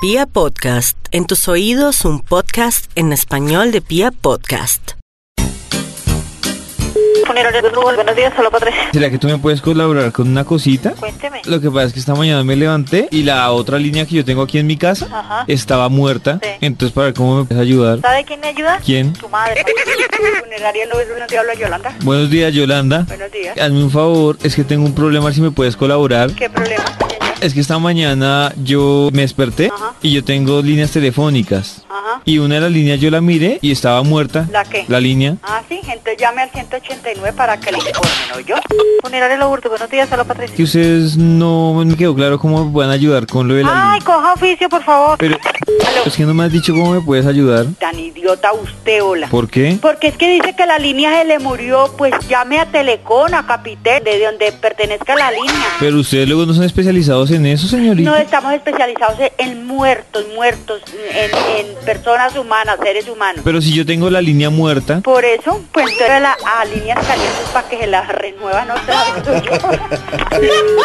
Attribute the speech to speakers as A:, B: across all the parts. A: Pia Podcast, en tus oídos un podcast en español de Pia Podcast.
B: Funerales de Google, buenos días, solo Patricia.
C: ¿Será que tú me puedes colaborar con una cosita?
B: Cuénteme.
C: Lo que pasa es que esta mañana me levanté y la otra línea que yo tengo aquí en mi casa
B: Ajá.
C: estaba muerta.
B: Sí.
C: Entonces, para ver cómo me puedes ayudar.
B: ¿Sabe quién me ayuda?
C: ¿Quién?
B: Tu madre. Funeraria no es te habla Yolanda.
C: Buenos días, Yolanda.
B: Buenos días.
C: Hazme un favor, es que tengo un problema, a ver si me puedes colaborar.
B: ¿Qué problema?
C: Es que esta mañana yo me desperté
B: Ajá.
C: y yo tengo líneas telefónicas.
B: Ajá.
C: Y una de las líneas yo la miré y estaba muerta.
B: ¿La qué?
C: La línea.
B: Ah, sí, gente, llame al 189 para que le informen, ¿oyó? Funerales Lourdes, buenos días, solo
C: Que
B: Patricia.
C: ustedes no me quedó claro cómo me pueden ayudar con lo de la
B: Ay,
C: línea. Eh.
B: coja oficio, por favor.
C: Pero
B: Aló.
C: es que no me has dicho cómo me puedes ayudar.
B: Tan idiota usted, hola.
C: ¿Por qué?
B: Porque es que dice que la línea se le murió, pues llame a Telecom, a Capitel, de donde pertenezca la línea.
C: Pero ustedes luego no son especializados en eso, señorita.
B: No estamos especializados en- en muertos, muertos, en, en personas humanas, seres humanos.
C: Pero si yo tengo la línea muerta,
B: Por eso, pues entonces la, a líneas calientes para que se las renuevan otra vez.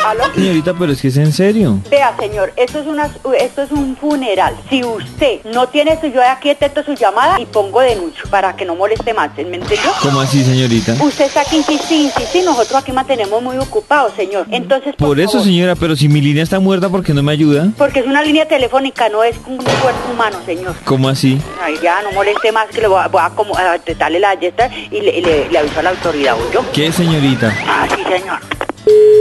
B: ¿Aló?
C: señorita, pero es que es en serio.
B: Vea, señor, esto es, una, esto es un funeral. Si usted no tiene su yo aquí atento su llamada y pongo denuncio para que no moleste más, ¿me entendió?
C: ¿Cómo así, señorita?
B: Usted está aquí, sí, sí, sí, sí, nosotros aquí mantenemos muy ocupados, señor. Entonces, por,
C: Por eso,
B: favor,
C: señora, pero si mi línea está muerta, ¿por qué no me ayuda?
B: Porque es una línea telefónica, no es un cuerpo humano, señor.
C: ¿Cómo así?
B: Ay, ya, no moleste más que le voy a, voy a como- a apretarle la yesta y le, le- le aviso a la autoridad, yo.
C: ¿Qué, señorita?
B: Ah, sí, señor.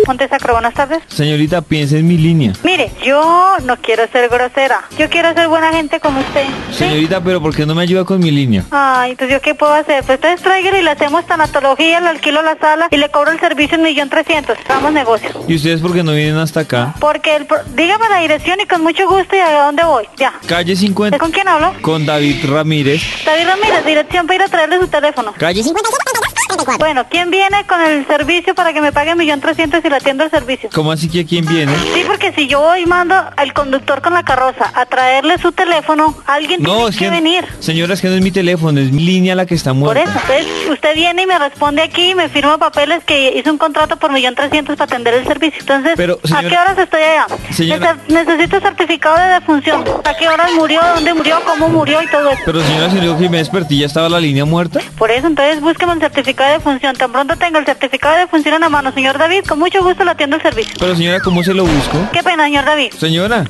B: Contesta, Cro, buenas tardes.
C: Señorita, piensa en mi línea.
B: Mire, yo no quiero ser grosera. Yo quiero ser buena gente como usted. ¿sí?
C: Señorita, pero ¿por qué no me ayuda con mi línea?
B: Ay, pues yo qué puedo hacer. Pues entonces traigan y le hacemos tanatología, le alquilo la sala y le cobro el servicio en millón trescientos. Vamos negocio.
C: ¿Y ustedes por qué no vienen hasta acá?
B: Porque el... pro- Dígame la dirección y con mucho gusto y a dónde voy. Ya.
C: Calle 50
B: ¿Con quién hablo?
C: con David Ramírez.
B: David Ramírez, dirección para ir a traerle su teléfono.
C: Calle 50.
B: Bueno, ¿quién viene con el servicio para que me pague millón trescientos y le atiendo el servicio?
C: ¿Cómo así que quién viene?
B: Sí, porque si yo voy y mando al conductor con la carroza a traerle su teléfono, alguien
C: No,
B: tiene
C: es
B: que
C: que...
B: venir.
C: Señora, es que no es mi teléfono, es mi línea la que está
B: Por eso,
C: muerta.
B: entonces usted viene y me responde aquí y me firma papeles que hizo un contrato por millón trescientos para atender el servicio. Entonces,
C: Pero,
B: ¿a
C: señora-
B: qué horas estoy allá?
C: Señora-
B: Nece- Necesito certificado de defunción. ¿A qué horas murió? ¿Dónde murió? ¿Cómo murió? Y todo eso.
C: Pero señora, si digo que me desperté, ¿ya estaba la línea muerta?
B: Por eso, entonces búsqueme el certificado de defunción. Tan pronto tenga el certificado de defunción en la mano, señor David. Con mucho gusto le atiendo el servicio.
C: Pero señora, ¿cómo se lo busco?
B: Qué pena, señor David.
C: Señora.